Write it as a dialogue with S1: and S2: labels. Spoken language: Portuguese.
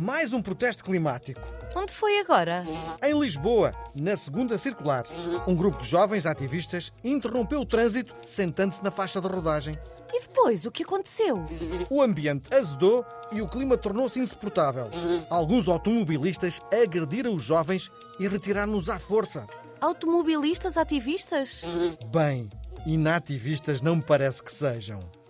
S1: Mais um protesto climático.
S2: Onde foi agora?
S1: Em Lisboa, na segunda circular, um grupo de jovens ativistas interrompeu o trânsito sentando-se na faixa de rodagem.
S2: E depois, o que aconteceu?
S1: O ambiente azedou e o clima tornou-se insuportável. Alguns automobilistas agrediram os jovens e retiraram-nos à força.
S2: Automobilistas ativistas?
S1: Bem, inativistas não me parece que sejam.